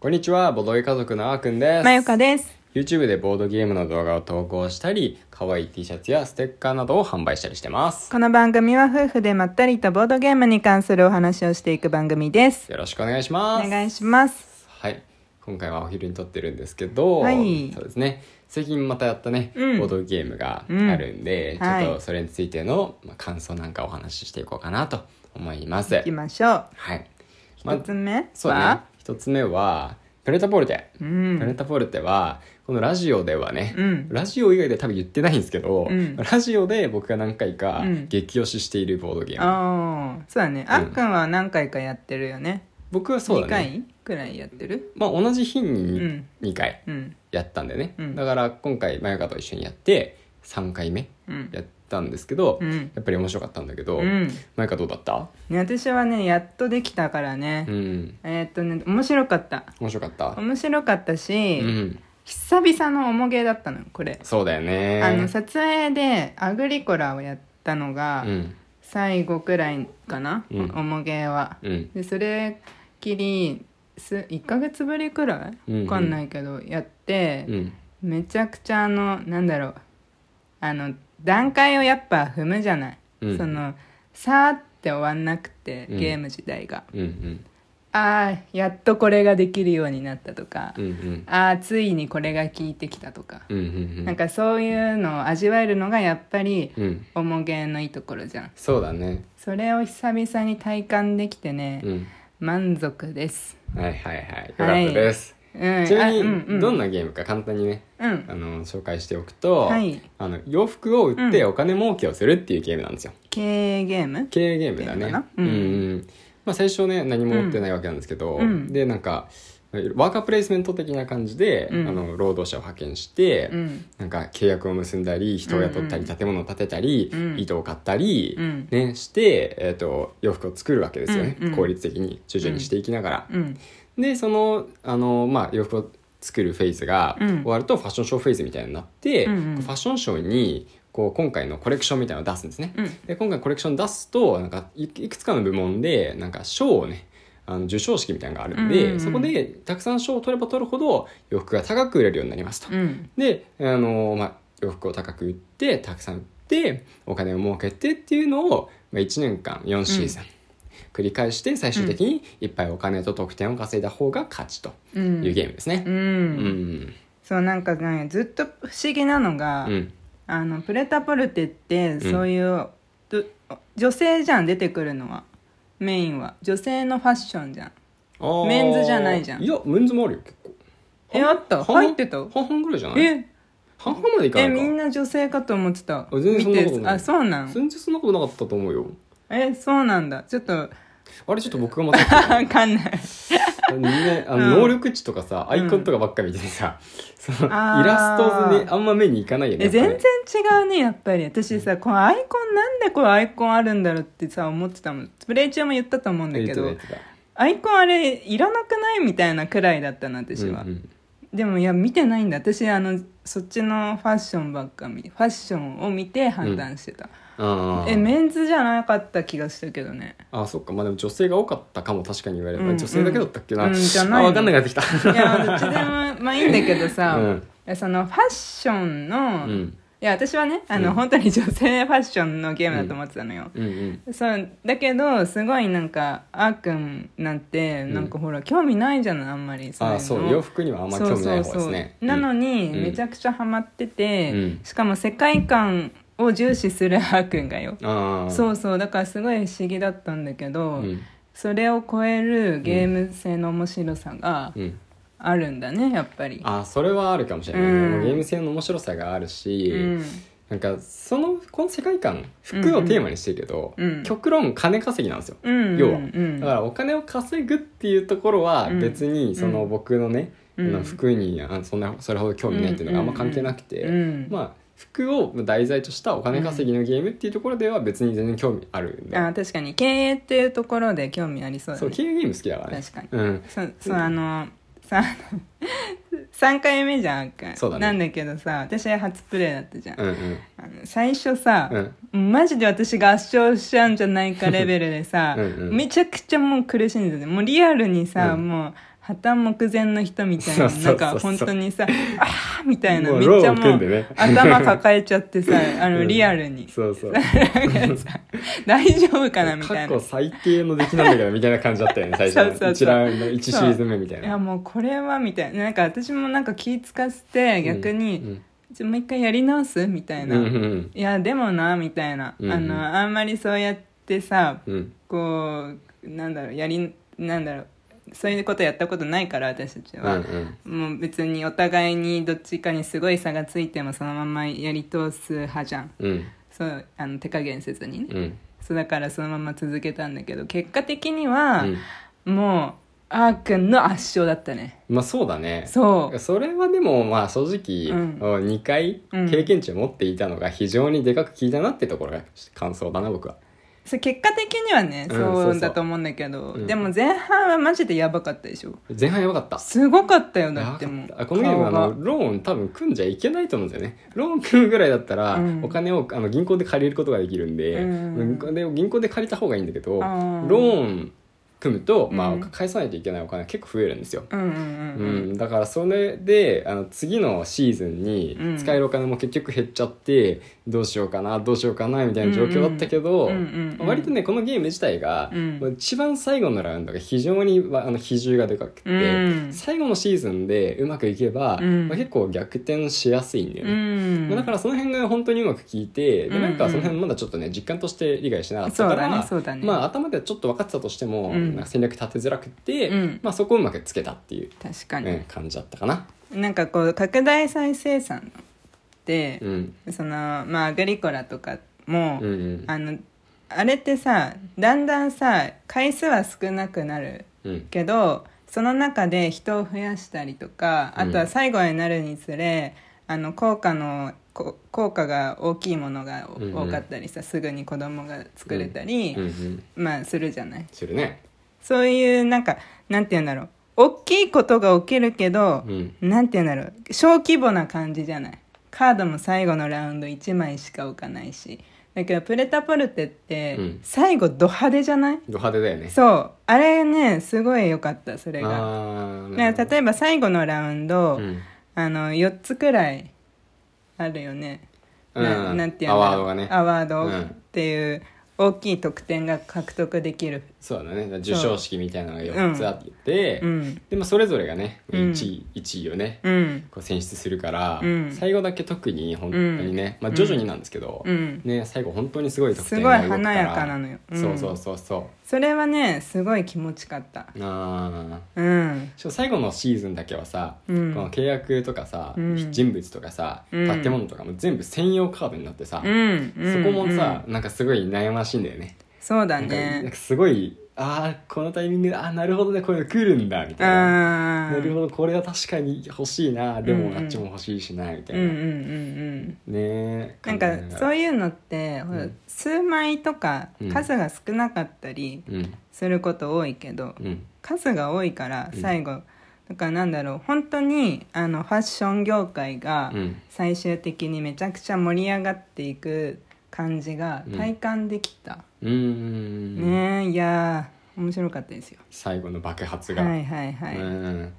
こんにちは、ボドゲ家族のあーくんです。まゆかです。 YouTube でボードゲームの動画を投稿したり、可愛い T シャツやステッカーなどを販売したりしてます。この番組は夫婦でまったりとボードゲームに関するお話をしていく番組です。よろしくお願いしおます。願いします。はい。今回はお昼に撮ってるんですけど、はいそうですね。最近またやったね、うんボードゲームがあるんで、んちょっはといそれについてのまあ感想なんかお話ししていこうかなと思います。行きましょう。はい。ま一つ目は、そうね。一つ目は、プレタポルテ。うんプレタポルテは、このラジオではね、うんラジオ以外で多分言ってないんですけど、うんラジオで僕が何回かうん激推ししているボードゲーム。ああ、そうだね。あっくんは何回かやってるよね。僕はそう二だね。回くらいやってる。まあ同じ日にうん2回うん。やったんだよね。うんだから今回、まゆかと一緒にやって、3回目うん。やったんですけど、うんやっぱり面白かったんだけど、うん。まゆかどうだったね私はね、やっとできたからねう。ん。えーっとね、面白かった。面白かった。面白かったし、うん。久々のおもげだったの、これ。そうだよね。あの、撮影でアグリコラをやったのが、うん。最後くらいかな、うんおもげは、うん。でそれっきりす1ヶ月ぶりくらうい、んうんわかんないけどやってう、ん。めちゃくちゃあのなんだろうあの段階をやっぱ踏むじゃない、うんそのさーって終わんなくてうんゲーム時代が、うん。うん。あーやっとこれができるようになったとか、うん。うん。あーついにこれが効いてきたとか、うん。うん。なんかそういうのを味わえるのがやっぱり、うん。おもげのいいところじゃんそうだね。それを久々に体感できてね、うん。満足です。はいはいはい。よかったです。うん、ちなみあうんうに、ん、どんなゲームか簡単にね、うんあの、紹介しておくと、はいあの、洋服を売ってうお金儲けをするっていうゲームなんですよ。経営ゲーム経営ゲームだねゲームかな。ううんんうん。まあ最初ね、何も持ってないわけなんですけどう、んで、なんか、ワーカープレイスメント的な感じで、あうんの、労働者を派遣してう、んなんか契約を結んだり、人を雇ったり、うん建物を建てたりう、ん糸を買ったりう、んね、して、えっと、洋服を作るわけですよねうんう。ん効率的に、徐々にしていきながら。うんでそのあの、まあ、洋服を作るフェーズがうん終わるとファッションショーフェーズみたいになって、うんうんファッションショーにこう今回のコレクションみたいなのを出すんですね。うんで今回コレクション出すとなんかいいくつかの部門でなんか賞をねあの受賞式みたいなのがあるんで、うんうんうんそこでたくさん賞を取れば取るほど洋服が高く売れるようになりますと。うんであの、まあ、洋服を高く売ってたくさん売ってお金を儲けてっていうのを、まあ、1年間4シーズン繰り返して最終的にいっぱいお金と得点を稼いだ方が勝ちとういうんゲームですね。うんうんそうなんかねずっと不思議なのが、うんあのプレタポルテってんそういう、ど女性じゃん出てくるのはメインは女性のファッションじゃんあーメンズじゃないじゃんいやメンズもあるよ結構えあった半々入ってた半々ぐらいじゃないえ半々までいかなえいかみんな女性かと思ってた全然そんなことない見てあそうなの全然そんなことなかったと思うよえそうなんだちょっとあれちょっと僕がま たわかんないね、あの能力値とかさ、アイコンとかばっか見ててさ、そのイあーラストであんま目にいかないよね。え全やっ然ぱね違うねやっぱり私さこのアイコンなんでこれアイコンあるんだろうってさ思ってたもんプレイ中も言ったと思うんだけど言ってた言ってアイコンあれいらなくないみたいなくらいだったなた私は、うんうんでもいや見てないんだ私あのそっちのファッションばっか見ファッションを見て判断してた、あーえメンズじゃなかった気がしたけ どねあそっかまあでも女性が多かったかも確かに言われれば、うんうん女性だけだったっけな、うんじゃないあ分かんなくなってきた いやどっちでもまあいいんだけどさ、うんいやそのファッションの、ういんや私はねあの、うん本当に女性ファッションのゲームだと思ってたのよ、うんうんそうだけどすごいなんかあーくんなんてんなんかほら、興味ないじゃないあんまりあーそう洋服にはあんま興味ない方そでうそすうそうねなのに、うんめちゃくちゃハマってて、うんしかも世界観を重視するあーくんがよ、うんああそうそうだからすごい不思議だったんだけうど、んそれを超えるゲーム性の面白さがうんあるんだねやっぱりあーそれはあるかもしれないね、うんもうゲーム性の面白さがあるし、うんなんかそのこの世界観服をテーマにしてるけど、うんうん極論金稼ぎなんですよ、うんうん要はうんだからお金を稼ぐっていうところはうん別にそのうん僕のね、うんあの服にあそんなそれほど興味ないっていうのがあんま関係なくて、うんまあ服を題材としたお金稼ぎのゲームっていうところでは別に全然興味あるんで、あー確かに経営っていうところで興味ありそうだそうね経営ゲーム好きだからね確かにうんそうそうあのさ 3回目じゃんあっくんそうだねなんだけどさ私は初プレイだったじゃん、うんうんあの最初さ、うんマジで私が圧勝しちゃうんじゃないかレベルでさ うんうんめちゃくちゃもう苦しんでてもうリアルにさ、うんもう破綻目前の人みたいそうなそうなそうんか本当にさ「ああ!」みたいなもうめっちゃローを組もんでねう頭抱えちゃってさあのうんリアルにそうそうなんか さ大丈夫かなみた過いな去。最低の出来なんだけどみたいな感じだったよね最初のそうそうそう一覧の一シーズン目みたいいやなもうこれはみたいななんか私もなんか気使って逆に、うんちょもう一回やり直すみたいな、うんうんいやでもなみたいな、うんうんあのあんまりそうやってさうんうんこうなんだろうやりなんだろうそういうことやったことないから私たちうんうは、んもう別にお互いにどっちかにすごい差がついてもそのままやり通す派じゃんうんそうあの手加減せずにね、うんそうだからそのまま続けたんだけど結果的には、うんもうあーくんの圧勝だったねまあそうだねそそれはでもまあ正直、うん2回うん経験値を持っていたのが非常にでかく効いたなってところが感想だな僕はうそれ結果的にはね、うんそうそそううだと思うんだけど、うんでも前半はマジでやばかったでしょ前半やばかったすごかったよだやってもうばかったあこのゲームあ顔がのローン多分組んじゃいけないと思うんですよねローン組むぐらいだったら、うんお金をあの銀行で借りることができるんで,、うんで銀行で借りた方がいいんだけどロあーーン組むと、まあ、うん返さないといけないお金が結構増えるんですよ、うんうんううんうんん、だからそれであの次のシーズンにうん使えるお金も結局減っちゃって、どうしようかなどうしようかなみたいな状況だったけど、うんうんうん割とねこのゲーム自体が、うんもう一番最後のラウンドが非常にわあの比重がでかくて、うん最後のシーズンでうまくいけば、うんまあ、結構逆転しやすいんだようね。んまあだからその辺が本当にうまく効いてでなんかうんうんその辺まだちょっとね実感として理解しなかったそうかだら、ねそうだねまあ、頭ではちょっと分かってたとしても、うんなんか戦略立てづらくて、うんまあ、そこをうまくつけたっていう、確かに、うん感じだったかな。なんかこう拡大再生産ってう、んそのまあアグリコラとかも、うんうんあのあれってさだんだんさ回数は少なくなるうんけどその中で人を増やしたりとかあとは最後になるにつれ、あの効果のこ効果が大きいものがうんうん多かったりさ、すぐに子供が作れたり、うんうんまあするじゃないするね。そういうなんかなんて言うんだろう大きいことが起きるけどう、んなんて言うんだろう小規模な感じじゃないカードも最後のラウンド1枚しか置かないしだけどプレタポルテってうん最後ド派手じゃない、ド派手だよね。そうあれねすごい良かったそれがあーだから例えば最後のラウンド、うんあの4つくらいあるよね、なうんなんていうんアだろワードうがねアワードうんっていう大きい得点が獲得できるそうだね授賞式みたいなのが4つあって、うんでもそれぞれがねうん1位,、一位をねうんこう選出するから、うん最後だけ特に本当にね、まあ、徐々になんですけど、うんね、最後本当にすごい得す点ごいが動くから華やかなのよ、うんそうそうそうそそれはねすごい気持ちかったうあーうんしかも最後のシーズンだけはさ、うんこの契約とかさ、うん人物とかさ、うん建物とかも全部専用カードになってさ、うんうん、そこもさ、うんなんかすごい悩ましいんだよねそうだなんかなんねかすごいああこのタイミングでああなるほどねこういうの来るんだみたいなあなるほどどこれは確かに欲しいなでうんもうんあっちも欲しいしなみたいうんな、うんうんね考えうんなんがからそういうのって、ほうらん数枚とかうん数が少なかったりうんすること多いけど、うん数が多いからうん最後、だからなんだろう本当にあのファッション業界がうん最終的にめちゃくちゃ盛り上がっていく感じが体感できた、うーんねえいやー面白かったですよ最後の爆発が、はいはいはい、ういん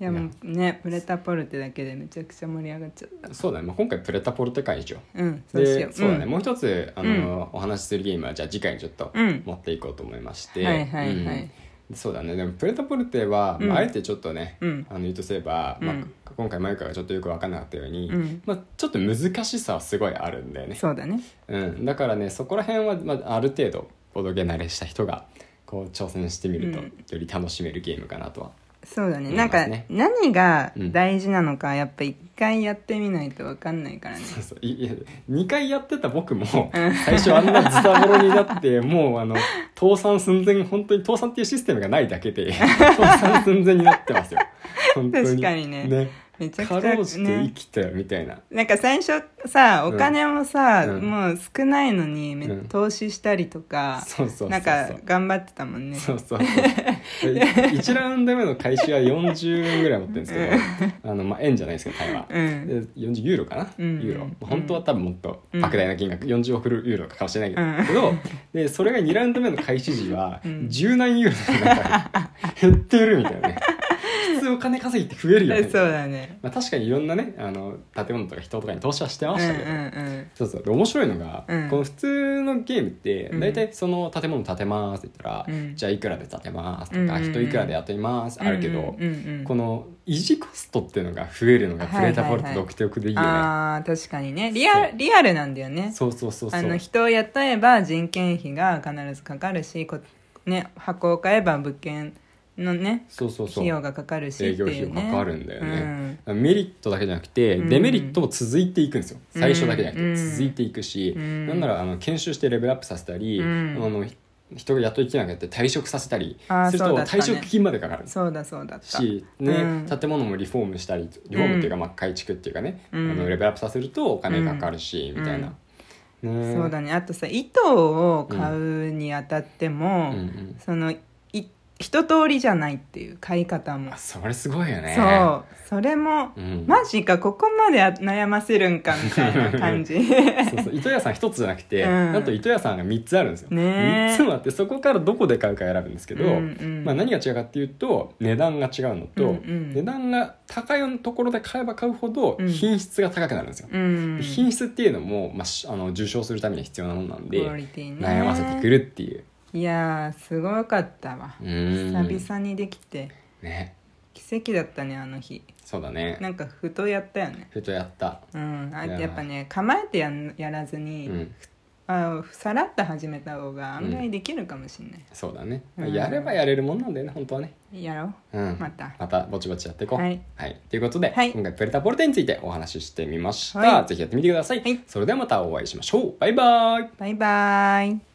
やもうねプレタポルテだけでめちゃくちゃ盛り上がっちゃったそうだね、まあ、今回プレタポルテ会にしようんうそうしようでそうだね、うんもう一つあの、お話しするゲームはじゃあ次回にちょっとうん持っていこうと思いまして、はいはいはいうんそうだねでもプレタポルテは、うんまあ、あえてちょっとね、うんあの言うとすれば、まあうん今回マユカがちょっとよく分かんなかったように、うんまあ、ちょっと難しさはすごいあるんだよねそうだねうん、だからねそこら辺は、まあ、ある程度ボドゲ慣れした人がこう挑戦してみると、うんより楽しめるゲームかなとはそうだね思いまなんすかね何がうん大事なのかやっぱ一回やってみないと分かんないからねそう そういいや2回やってた僕も最初あんなズタボロになってもうあの倒産寸前本当に倒産っていうシステムがないだけで 倒産寸前になってますよ本当に確かにねめちゃかくちゃろうじて生きたよみたいな、なんか最初さお金もさ、うんもう少ないのにめ、うん投資したりとかそうそうそうそうなんか頑張ってたもんねそうそうそうで1ラウンド目の回収は40ぐらい持ってるんですけどあの、まあ、円じゃないですけど台湾、うんで40ユーロかな、うんユーロうん本当は多分もっと莫大な金額、40億ルユーロかもしれないけど、でそれが2ラウンド目の開始時はうん 10何ユーロになった減ってるみたいなねずお金稼ぎって増えるよねそうだねまあ、確かにいろんなねあの建物とか人とかに投資はしてうまんしうんたけど、うんそうそうで面白いのが、うんこの普通のゲームってうん大体その建物建てますって言ったら、うんじゃあいくらで建てますとか、うんうんうん人いくらで雇いますあるけど、うんうんうんこの維持コストっていうのが増えるのがプレータポルト独特でいいよね、あー確かにねリアそルリアルなんだよねそうそうそうそうあの人を雇えば人件費が必ずかかるしこ、ね、箱を買えば物件のねそうそうそう費用がかかるし営業ってい費うもねかかるんだようねん、メリットだけじゃなくてうんデメリットも続いていくんですよ、最初だけじゃなうくんて続いていくし、うんなんならあの研修してレベルアップさせたり、うんあの人が雇いきれなくなって退職させたりあーするとそうだった退ね職金までかかるんですそうだそうだったし、ねうん建物もリフォームしたりリフォームっていうかまあ改築っていうかね、うんあのレベルアップさせるとお金かかるし、うんみたいな、ねそうだねあとさ糸を買うにあたっても、うんうんそのい一通りじゃないっていう買い方も、あそれすごいよねそうそれも、うんマジかここまで悩ませるんかみたいな感じ そうそう糸屋さん一つじゃなくて、うんなんと糸屋さんが3つあるんですよ、ねえ3つもあってそこからどこで買うか選ぶんですけど、うんうんまあ、何が違うかっていうと値段が違うのと、うんうん値段が高いところで買えば買うほどうん品質が高くなるんですよ、うん品質っていうのも、まあし、あの受賞するために必要なものなんでクオリティね悩ませてくるっていういやーすごかったわうーん久々にできてね奇跡だったねあの日そうだねなんかふとやったよねふとやったうんあいやーやっぱね構えてやんやらずうに、んあさらっと始めた方が案外できるかもしれない、そうだね、まあうんやればやれるもんなんだよね本当はねやろううん、またまたぼちぼちやっていこう。はい。ということで、はい今回プレタポルテについてお話ししてみました。はいぜひやってみてください。はいそれではまたお会いしましょう。バイバイ。バイバイ